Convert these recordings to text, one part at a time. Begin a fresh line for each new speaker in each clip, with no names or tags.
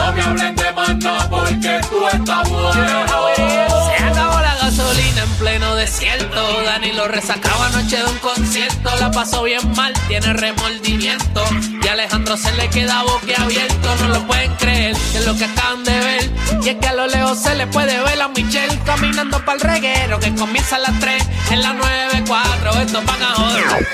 hablen de maná porque tú estás bueno.
Se acabó la gasolina en pleno desierto. Dani lo resacaba anoche de un concierto. La pasó bien mal, tiene remordimiento. Y a Alejandro se le queda boquiabierto. No lo pueden creer, es lo que acaban de ver. Y es que a lo lejos se le puede ver a Michelle caminando para el reguero que comienza a las 3 en las 9.4. Estos van a joder.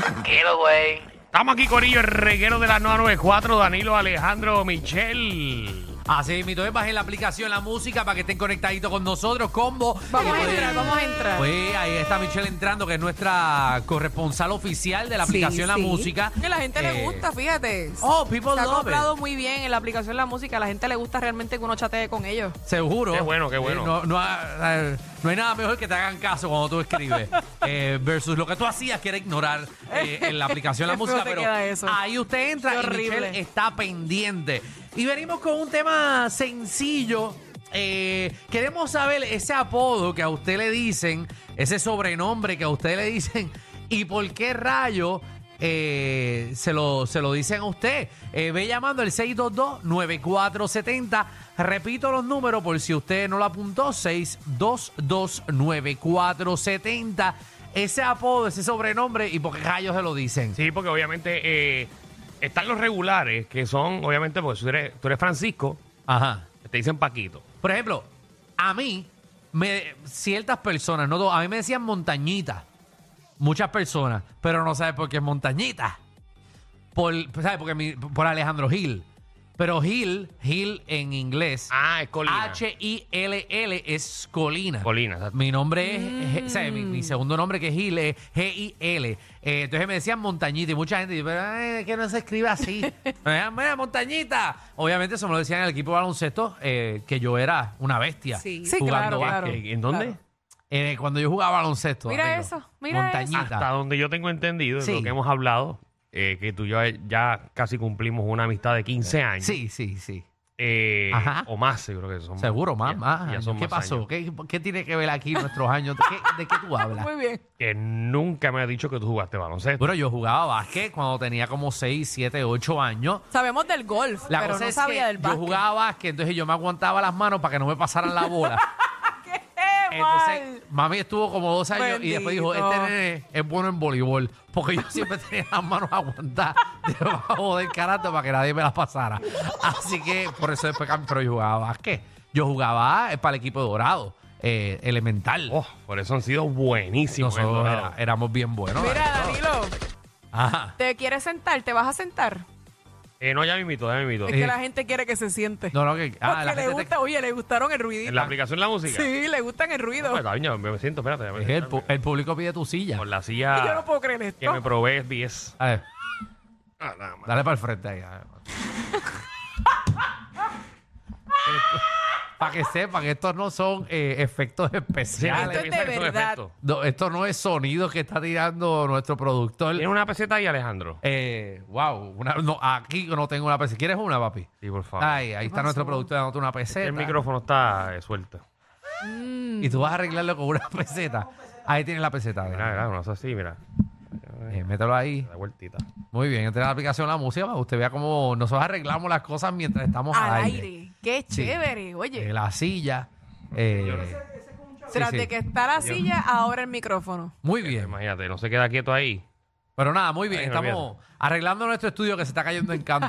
Tranquilo, güey.
Estamos aquí, Corillo, el reguero de la 994, Danilo Alejandro Michel.
Así mismo, entonces bajen la aplicación, la música, para que estén conectaditos con nosotros, combo.
Vamos
Y
a
poder-
entrar, vamos a entrar.
Pues ahí está Michelle entrando, que es nuestra corresponsal oficial de la
Sí,
aplicación La
sí.
Música.
Que la gente le
Eh,
gusta, fíjate.
Oh, people
Se ha
love
comprado
it.
muy bien en la aplicación la música. A la gente le gusta realmente que uno chatee con ellos.
Seguro.
Qué bueno, qué bueno.
Eh, no, no ha- eh, no hay nada mejor que te hagan caso cuando tú escribes. eh, versus lo que tú hacías que era ignorar eh, en la aplicación la
Qué feo
música.
te
Pero
queda eso.
ahí usted entra
Qué
y
horrible.
Michelle está pendiente. Y venimos con un tema sencillo. Eh, queremos saber ese apodo que a usted le dicen, ese sobrenombre que a usted le dicen, y por qué rayo eh, se, lo, se lo dicen a usted. Eh, ve llamando al 622-9470. Repito los números por si usted no lo apuntó: 622-9470. Ese apodo, ese sobrenombre, y por qué rayos se lo dicen.
Sí, porque obviamente eh, están los regulares, que son, obviamente, porque tú eres, tú eres Francisco,
Ajá.
te dicen Paquito.
Por ejemplo, a mí, me, ciertas personas, no todas, a mí me decían montañita. Muchas personas, pero no sabes por qué es montañita. Por, ¿sabes? Porque mi- por Alejandro Gil. Pero Gil, Gil en inglés,
Ah, es Colina.
H-I-L-L es Colina.
Colina, exacto.
Mi nombre es, Je- o sea, mi,
Mm.
mi segundo nombre que es Gil es G-I-L. Eh, entonces me decían Montañita y mucha gente dice, pero ay, que no se escribe así. Me decían, Mira, Montañita. Obviamente eso me lo decían en el equipo de baloncesto, eh, que yo era una bestia.
Sí. Sí,
jugando
claro,
básquet.
claro.
¿En en dónde?
Eh, cuando yo jugaba baloncesto.
Mira
amigo.
eso, mira
Montañita.
Hasta donde yo tengo entendido, de
Sí.
lo que hemos hablado, eh, que tú y yo ya casi cumplimos una amistad de 15 años.
Sí, sí, sí.
Eh,
Ajá.
O más, yo creo que son.
Seguro, más,
ya-
más.
ya
años.
son
¿Qué
más
pasó?
años.
¿Qué, qué tiene que ver aquí nuestros años? ¿De qué, de qué tú hablas?
Muy bien.
Que nunca me ha dicho que tú jugaste baloncesto.
Bueno, yo jugaba básquet cuando tenía como 6, 7, 8 años.
Sabemos del golf,
La
pero
cosa
no
es
sabía
que
del
yo
básquet.
jugaba básquet, entonces yo me aguantaba las manos para que no me pasaran la bola.
¡Qué mal!
Entonces, mami estuvo como dos años y después dijo,
Bendito.
este nene es bueno en voleibol, porque yo siempre tenía las manos aguantadas debajo del karate para que nadie me las pasara. Así que por eso después cambié, pero yo jugaba básquet. Yo jugaba eh, para el equipo de dorado, eh, elemental.
Oh, por eso han sido buenísimos. en
Nosotros
Dorado.
era- éramos bien buenos.
Mira, Danilo,
Ajá.
¿te quieres sentar? ¿Te vas a sentar?
Eh, no, ya me invito, ya me invito.
Es
Eh,
que la gente quiere que se siente.
No, no, que... ah, la
Porque le
gente te-
gusta, oye, le gustaron el ruidito.
En la aplicación la música.
Sí, le gustan el ruido.
Pues, está bien, ya me siento, espérate. ya me
es el,
siento.
pu- el público pide tu silla.
Con la
yo
ah,
silla
no puedo creer esto.
que me probé es 10.
A ver.
Ah, nada más.
Dale para el frente ahí. para que sepan, que estos no son eh, efectos
Gente
especiales.
Esto es
piensa
de
que son
verdad.
efectos.
No, esto no es sonido que está tirando nuestro productor.
Tiene una peseta ahí, Alejandro.
Eh, wow, una- no, aquí no tengo una PC. ¿Quieres una, papi?
Sí, por favor.
Ay, ahí está nuestro productor dándote una peseta.
el micrófono está eh, suelto.
Y tú vas a arreglarlo con una peseta. Ahí tienes la peseta.
Mira,
dale.
mira, no es así, mira. Ah,
Eh, mételo ahí.
Da vueltita.
Muy bien, entra en la aplicación la música para que usted vea cómo nosotros arreglamos las cosas mientras estamos
Al aire. Qué
Sí.
chévere, oye.
Eh, la silla. eh,
Tras
sí, sí.
de que está la silla, ahora el micrófono.
Muy bien.
Imagínate, no se queda quieto ahí.
Pero nada, muy bien.
Ay, no,
Estamos arreglando nuestro estudio que se está cayendo en canto.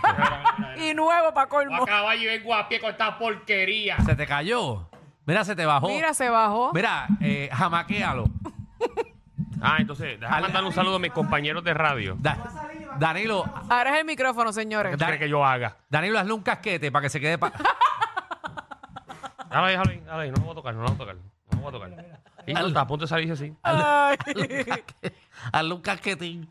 Y nuevo para colmo.
caballo y vengo a pie con esta porquería.
se te cayó. Mira, se te bajó.
Mira, se bajó.
Mira, eh, jamaquéalo.
Ah, entonces, déjame mandarle un saludo a mis compañeros de radio.
Da- Danilo,
Ahora es el micrófono, señores.
¿Qué tú
Dale.
crees que yo haga?
Danilo, hazle un casquete para que se quede. pa-
Dale, ahí, déjalo ahí, déjalo ahí. No lo voy a tocar, no lo voy a tocar. No lo voy a tocar. Y tú estás a punto de salirse así.
Ay.
hazle un casquetín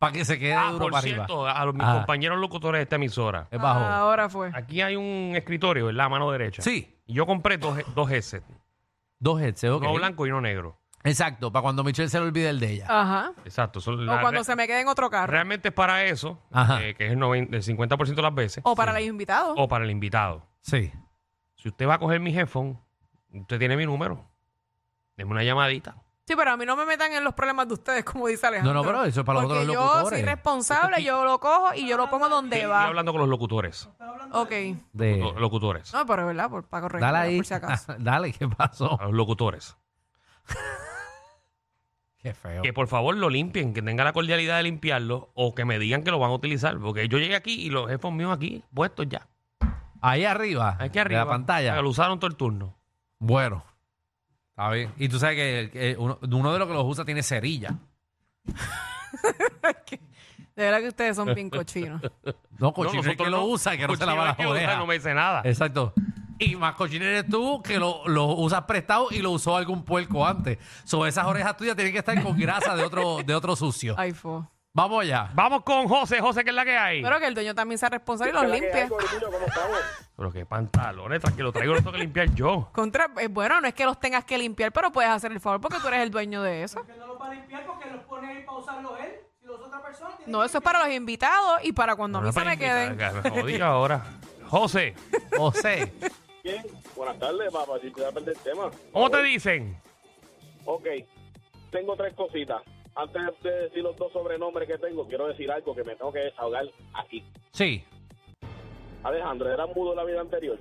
para que se quede
Ah,
duro
por
para arriba. Ah.
cierto, a los, mis
Ajá.
compañeros locutores de esta emisora.
Es bajo.
Ahora fue.
Aquí hay un escritorio en la mano derecha.
Sí.
Y yo compré dos, dos headsets.
Dos headsets, ok.
Uno blanco y uno negro.
Exacto, para cuando Michelle se le olvide el de ella.
Ajá.
Exacto. son
O
la-
cuando
re-
se me quede en otro carro.
Realmente es para eso,
Ajá.
eh, que es el, 90 el 50% de las veces,
O para los invitados.
o para el invitado.
Sí.
Si usted va a coger mi headphone, usted tiene mi número. Deme una llamadita.
Sí, pero a mí no me metan en los problemas de ustedes, como dice Alejandro.
No, no, pero eso es para los
Porque
otros
Yo soy
locutores.
responsable, yo lo cojo y yo lo pongo donde
Estoy
va.
hablando con los locutores.
Ok.
De-
Los locutores.
No, pero es verdad, por, para corregir,
Dale ahí.
por si acaso.
Dale, ¿qué pasó?
A los locutores.
Qué feo.
Que por favor lo limpien, que tengan la cordialidad de limpiarlo o que me digan que lo van a utilizar. Porque yo llegué aquí y los jefes míos aquí puestos ya.
Ahí arriba.
Aquí
de
arriba.
la pantalla.
Lo usaron todo el turno.
Bueno. Está bien. Y tú sabes que, que uno, uno de los que los usa tiene cerilla.
De verdad que ustedes son bien cochinos.
No, cochino es el
nosotros
que lo usa, que no se
Cochino es
lava Eh. las
el que usa,
orejas.
No me dice nada.
Exacto. Y más cochino eres tú que lo, lo usas prestado y lo usó algún puerco antes. Sobre esas orejas tuyas tienen que estar con grasa de otro, de otro sucio.
Ay, fo.
Vamos allá.
Vamos con José, José, que es la que hay.
Pero que el dueño también sea responsable y los limpie.
Pero qué pantalones, tranquilo, traigo lo tengo que limpiar yo.
Contra, eh, bueno, no es que los tengas que limpiar, pero puedes hacer el favor porque tú eres el dueño de eso.
no lo va a limpiar porque los pone ahí para usarlo él y los otras personas tienen
No, eso es para los invitados y para cuando a mí se me queden.
Me jodí ahora. José,
José.
Bien, buenas tardes, papá. Si te voy a perder el tema.
Oh.
¿cómo te dicen?
Ok, tengo tres cositas. Antes de decir los dos sobrenombres que tengo, quiero decir algo que me tengo que desahogar aquí.
Sí.
Alejandro, ¿era mudo la vida anterior?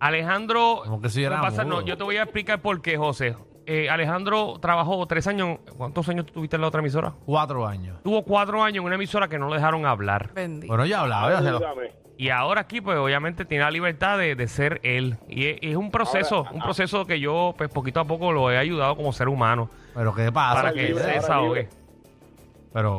Alejandro.
Como que si yo
¿qué
era
pasa?
mudo.
No, yo te voy a explicar por qué, José. Eh, Alejandro trabajó tres años. ¿Cuántos años tú tuviste en la otra emisora?
Cuatro años.
Tuvo cuatro años en una emisora que no lo dejaron hablar.
Bendito.
Bueno, ya hablaba. ya se lo-
Dígame.
Y ahora aquí, pues obviamente tiene la libertad de, de ser él. Y es, es un proceso, un proceso que yo, pues poquito a poco lo he ayudado como ser humano.
Pero qué pasa.
Para
Ah, ahora
que
libre,
se
ahora
desahogue.
libre.
Pero,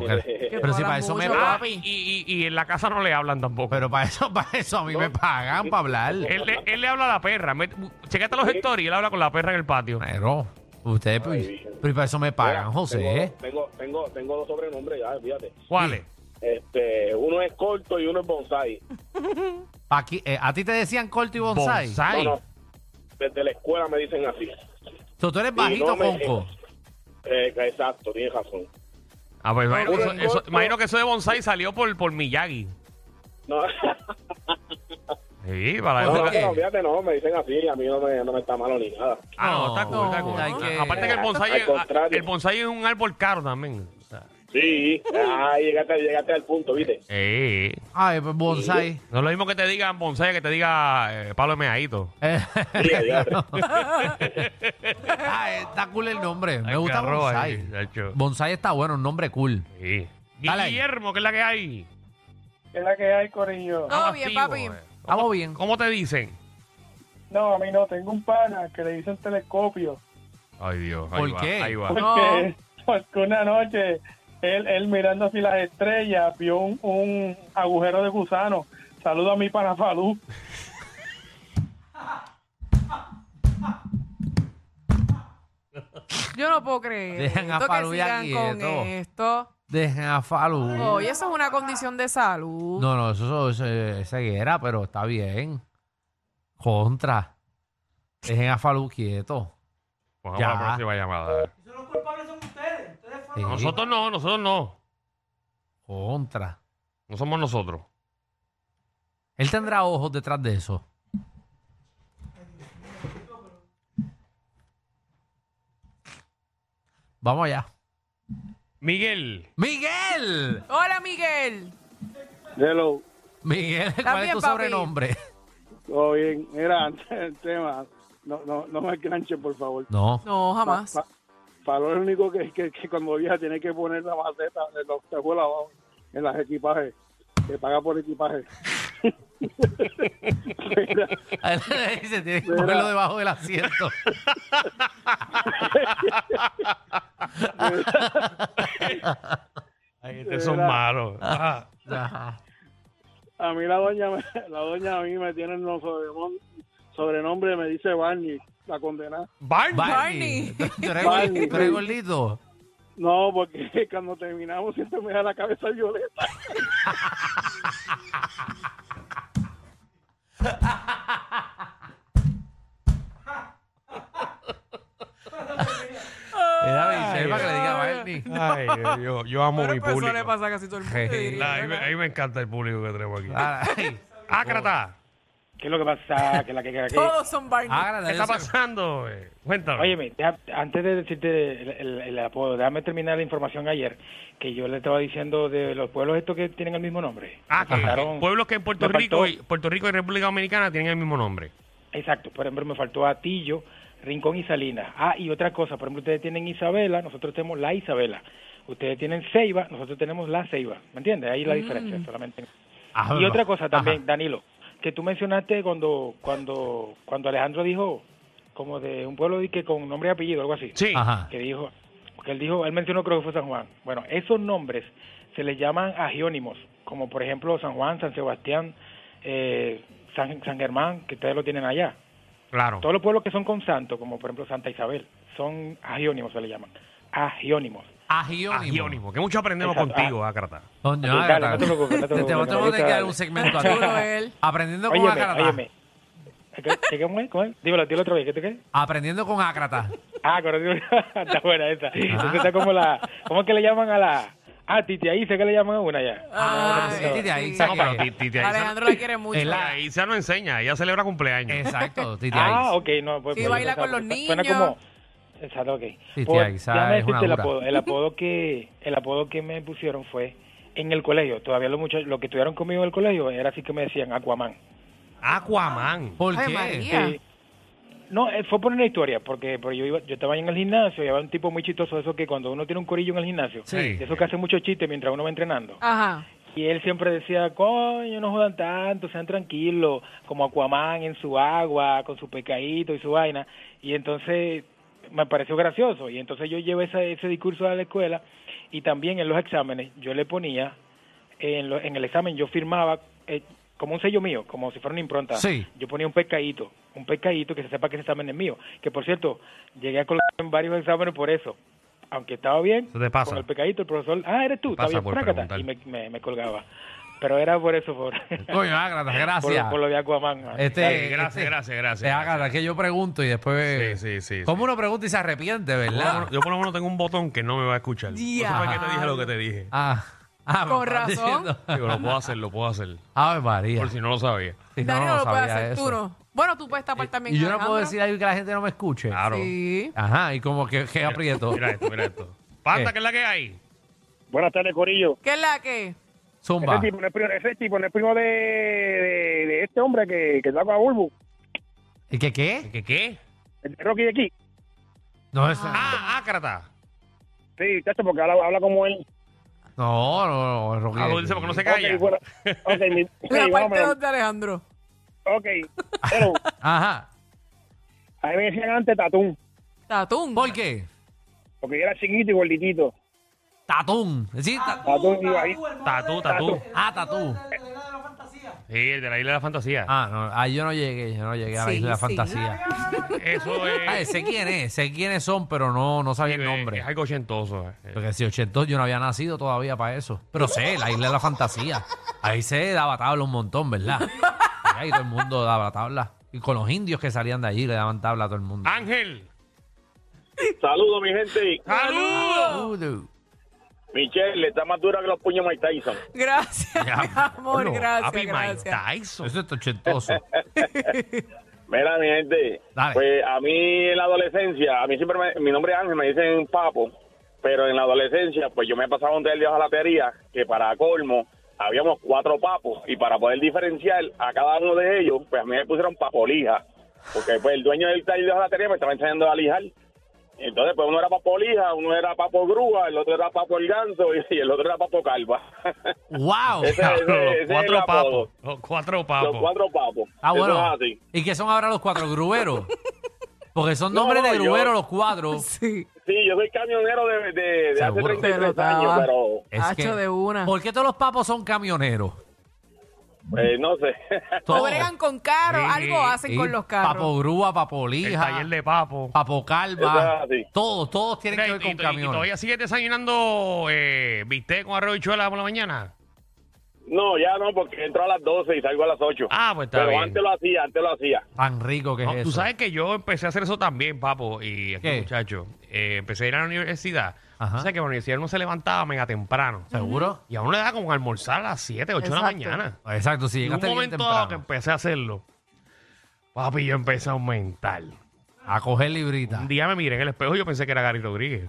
que- pero si
hablan
para eso me
mucho,
pa-
Ah, y, y- y en la casa no le hablan tampoco.
Pero para eso, para eso a mí me pagan para hablar.
Él, le- él le habla a la perra. Me- Checate los stories y él habla con la perra en el patio.
Pero, ustedes, pues,
Ay, bien.
pero para eso me pagan,
Mira,
José. ¿eh?
Tengo, tengo, tengo, tengo dos sobrenombres ya, fíjate.
¿Cuál es?
Este, uno es corto y uno es bonsai.
Aquí, eh, a ti te decían corto y bonsai.
Bonsai.
No, no, desde la escuela me dicen así.
So, tú eres bajito,
no me-
conco.
Eh, exacto, tienes razón.
Ah, pues, imagino, que
Uno
eso,
es
eso-
corto.
imagino que eso de bonsai salió por, por Miyagi.
No,
Sí, para
¿Por
no,
qué?
no, fíjate, no, me dicen así, a mí no me, no me está malo ni nada.
Ah, no, está cool,
No,
está cool. Ah,
hay que-
Aparte que el bonsai,
Al contrario.
el bonsai es un árbol caro también. O sea,
Sí, ah, llegaste, llegaste al punto, ¿viste?
eh, eh.
Ay, pues bonsai.
No es lo mismo que te digan bonsai que te diga eh, Pablo Meadito.
Eh,
Sí, llegaste.
ah, está cool el nombre. Me
Ay,
gusta
carro
bonsai.
ahí, chacho.
Bonsai está bueno, un nombre cool.
Sí.
Dale ahí.
Guillermo, ¿qué es la que hay?
Es la que hay, Corillo.
Todo
Estamos
bien,
activos,
papi.
eh.
Vamos bien.
¿Cómo te dicen?
No, a mí no. Tengo un pana que le dicen telescopio.
Ay, Dios. ahí
¿Por
va,
qué?
Ahí va.
Porque, porque una noche él, él mirando así las estrellas vio un, un agujero de gusano. Saludo a mi pana Falú.
Yo no puedo creer
Dejen a
esto que
Falú ya
sigan
quieto.
con esto.
Dejen a Falú.
Oye, eso es una condición de salud.
No, no, eso, eso es ceguera, pero está bien. Contra. Dejen a Falú quieto.
Vamos
Ya.
a la próxima llamada.
Eso los culpables son ustedes ustedes fueron
Sí.
Nosotros no, nosotros no.
Contra.
No somos nosotros.
Él tendrá ojos detrás de eso. Vamos allá.
Miguel.
¡Miguel!
Hola, Miguel.
Hello.
Miguel, ¿cuál es
bien,
tu
papi?
sobrenombre?
Todo bien. Mira, antes del tema, no, no, no me enganchen, por favor.
No.
No, jamás.
Pa- pa- Falú es el único que, que, que cuando viaja tiene que poner la maceta de los tejuelos abajo en las equipajes. Que paga por equipaje. Mira,
Dice, tienes que ponerlo debajo del asiento.
Ay, este estos son
Era.
malos. Ah,
Ajá.
A mí la doña, me- la doña a mí me tiene el no- sobrenom- sobrenombre, me dice Barney, la condena.
Barney.
Barney.
¿Tú eres,
Barney.
tú eres gordito?
No, porque cuando terminamos siempre me da la cabeza violeta.
Era Vicente para que le diga
Ay.
Barney.
Ay, yo, yo amo mi
Pero eso
público.
le pasa a casi todo el mundo.
Sí.
Sí,
La- ahí, me,
¿verdad?
Ah,
ahí me encanta el público que tenemos aquí.
Ay.
Ah, Ácrata.
¿Qué es lo que pasa? Que la que, que, que-
Todos son Barney.
Ágrale,
¿Qué está
ese-
pasando? eh? Cuéntame.
Óyeme, deja- antes de decirte el, el- el apodo, déjame terminar la información ayer que yo le estaba diciendo de los pueblos estos que tienen el mismo nombre.
ah, que,
Pasaron-
que pueblos que en Puerto
me faltó-
Rico, y, Puerto Rico y República Dominicana tienen el mismo nombre.
Exacto, por ejemplo, me faltó Atillo, Rincón y Salinas. Ah, y otra cosa, por ejemplo, ustedes tienen Isabela, nosotros tenemos la Isabela. Ustedes tienen Ceiba, nosotros tenemos la Ceiba. ¿Me entiendes? Ahí la diferencia solamente.
Ah,
y otra cosa también,
ajá.
Danilo, que tú mencionaste cuando cuando cuando Alejandro dijo como de un pueblo de que con nombre y apellido, algo así.
Sí.
Ajá.
Que dijo, que él dijo, él mencionó creo que fue San Juan. Bueno, esos nombres se les llaman agiónimos, como por ejemplo San Juan, San Sebastián, eh, San, San Germán, que ustedes lo tienen allá.
Claro.
Todos los pueblos que son con santo, como por ejemplo Santa Isabel, son agiónimos, se le llaman. Agiónimos.
Agiónimo.
Agiónimo. Ah, Que mucho aprendemos
Exacto,
contigo, Ácrata.
Coño,
Dale,
Ágata.
no te preocupes,
Te-
no te preocupes,
Te
me
vamos a
gusta,
tener que dar
dale.
un segmento aquí.
Chulo él.
Aprendiendo con
Óyeme,
Ágrata.
óyeme. ¿Qué- qué- ¿Cómo es? ¿Cómo es? Dímelo, dímelo otra vez, ¿qué te qué?
Aprendiendo con Ágrata.
Ah, correcto. está buena esa. Esa está como la, ¿cómo es que le llaman a la? Ah, Titi, ahí sé que le llaman a una ya. Ah,
Ah,
Ay,
sí, titi, ahí
sí.
saca.
No, pero ti- ti- ti- ahí se-
Alejandro la quiere mucho.
Es la-
ahí se no enseña, ella celebra cumpleaños.
Exacto, Titi
Ah,
Aiza.
ok, no, pues,
Sí,
pues,
baila
yo pensaba,
con los
pues, suena
niños.
como Exacto, ok.
Sí,
Pues,
tía, Isa
déjame
ah, es una
decirte el
dura.
apodo, el apodo que el apodo que me pusieron fue en el colegio, todavía los muchachos, los que estudiaron conmigo en el colegio era así que me decían Aquaman.
Aquaman.
¿Por
Ay,
qué?
María.
Sí. No, eh, fue por una historia, porque, porque yo iba, yo estaba ahí en el gimnasio y había un tipo muy chistoso, eso que cuando uno tiene un corillo en el gimnasio,
Sí.
de eso que hace muchos chistes mientras uno va entrenando.
Ajá.
Y él siempre decía, coño, no jodan tanto, sean tranquilos, como Aquaman en su agua, con su pecadito y su vaina. Y entonces me pareció gracioso. Y entonces yo llevé esa- ese discurso a la escuela y también en los exámenes yo le ponía, en, lo- en el examen yo firmaba eh, como un sello mío, como si fuera una impronta.
Sí.
Yo ponía un pescadito, un pescadito que se sepa que ese examen es mío. Que por cierto, llegué a colocar en varios exámenes por eso. Aunque estaba bien,
Se te pasa.
con el pescadito el profesor, ah, eres tú,
Te pasa
está bien,
por
frácata.
preguntar.
Y me, me, me colgaba. Pero era por eso, por,
Coño, Ágrata,
por,
gracias.
lo- por lo de Aquaman.
Este,
Dale, gracias,
este-
gracias, gracias,
Eh, Ágata, que yo pregunto y después.
Sí, sí, sí,
Como
sí.
uno pregunta y se arrepiente,
Yo por lo
¿verdad?
menos- Yo por lo menos tengo un botón que no me va a escuchar.
Ya.
Por eso fue que te dije lo que te dije.
Ah, ah, me
Con
estás
razón.
diciendo-
Digo, lo puedo hacer, lo puedo hacer.
Ave María.
Por si no lo sabía.
Si no,
Daniel
no
no lo puede
sabía
hacer, tú
eso.
no. Bueno, tú puedes tapar también.
Y yo no
Alejandro.
puedo decir algo que la gente no me escuche.
Claro.
Sí.
Ajá, y como que, que aprieto.
Mira esto, mira esto. Panta, ¿qué es la que hay?
Buenas tardes, Corillo.
¿Qué es la que?
Zumba.
no es primo, de, este hombre que, que está con Bulbu,
¿Y qué qué?
¿Qué qué?
el Rocky de aquí.
No, eso-
Ah, Ácrata.
Sí, chacho, porque habla, habla como él.
no, no, no, Rocky.
Ah, lo dice porque no se calla.
Ok, bueno, ok, mi-
La
sí,
parte
vámonos.
2 de Alejandro.
Ok, pero
Ajá.
a mí me decían antes Tatún,
Tatún.
¿Por qué?
porque yo era chiquito y gorditito.
Tatún. Sí,
Ah,
ta-
Tatú, y ahí-
Tatú, tatú.
Ah, tatú.
Sí, el de la isla de la fantasía.
Ah, no, ahí yo no llegué, yo no llegué a la
Sí,
isla de la
sí.
fantasía.
Eso
Ay,
es.
sé quién es, sé quiénes son, pero no, no sabía el nombre.
Es algo ochentoso. eh.
Porque si 82 yo no había nacido todavía para eso. Pero sé, la isla de la fantasía. Ahí se daba tabla un montón, ¿verdad? Ahí todo el mundo daba tabla. Y con los indios que salían de allí le daban tabla a todo el mundo.
Ángel.
Saludos, mi gente.
¡Saludos!
Ulu.
Michelle, está más dura que los puños Mike Tyson.
Gracias, mi amor,
diablo,
gracias,
Papi Mike
gracias.
Tyson.
Eso es ochentoso.
Mira, mi gente,
Dale.
pues a mí en la adolescencia, a mí siempre me- mi nombre es Ángel, me dicen Papo, pero en la adolescencia, pues yo me pasaba un día de jalapería, que para colmo habíamos cuatro papos, y para poder diferenciar a cada uno de ellos, pues a mí me pusieron Papolija, porque pues el dueño del taller de jalapería me estaba enseñando a lijar. Entonces, pues uno era Papo Lija, uno era Papo Grúa, el otro era Papo El Ganso y, y el otro era Papo Calva.
¡Wow!
Ese-
Cabrón,
ese-
los
ese es el
cuatro
apodo.
papos. Los cuatro
Los
papos.
cuatro papos.
Ah,
Eso
bueno.
es así.
¿Y qué son ahora los cuatro gruberos? Porque son
No,
nombres de
yo-
gruberos los cuatro.
Sí.
Sí, yo soy camionero de, de, de hace
Seguro.
33
Pero
años,
estaba-
pero
Es
Hacho
que-
de una.
¿Por qué todos los papos son camioneros?
eh, no sé.
O
Todos.
bregan con carros,
Sí,
algo hacen
Sí,
con los carros.
Papo grúa, papo
El
lija,
taller de papo.
papo calva.
Eso es así.
Todos, todos tienen
Mira,
que
y,
ver con
y- y- y
camiones.
todavía sigues desayunando eh, bistec con arroz y chuela por la mañana.
No, ya no, porque entro a las 12 y salgo a las 8.
Ah, pues está
pero
bien.
antes lo hacía, antes lo hacía.
Tan rico que
No,
es eso.
tú sabes que yo empecé a hacer eso también, papo, y este
¿Qué?
muchacho. eh, empecé a ir a la universidad.
Ajá.
O sea que en la universidad uno se levantaba mega temprano.
¿Seguro?
Y a uno le da como almorzar a las 7, 8 de la
Exacto.
mañana.
Exacto, si
Y en un
llegaste bien
momento dado que
temprano.
empecé a hacerlo, Papi, yo empecé a aumentar.
A coger
Un
librita.
día me miré en el espejo y yo pensé que era Gary Rodríguez.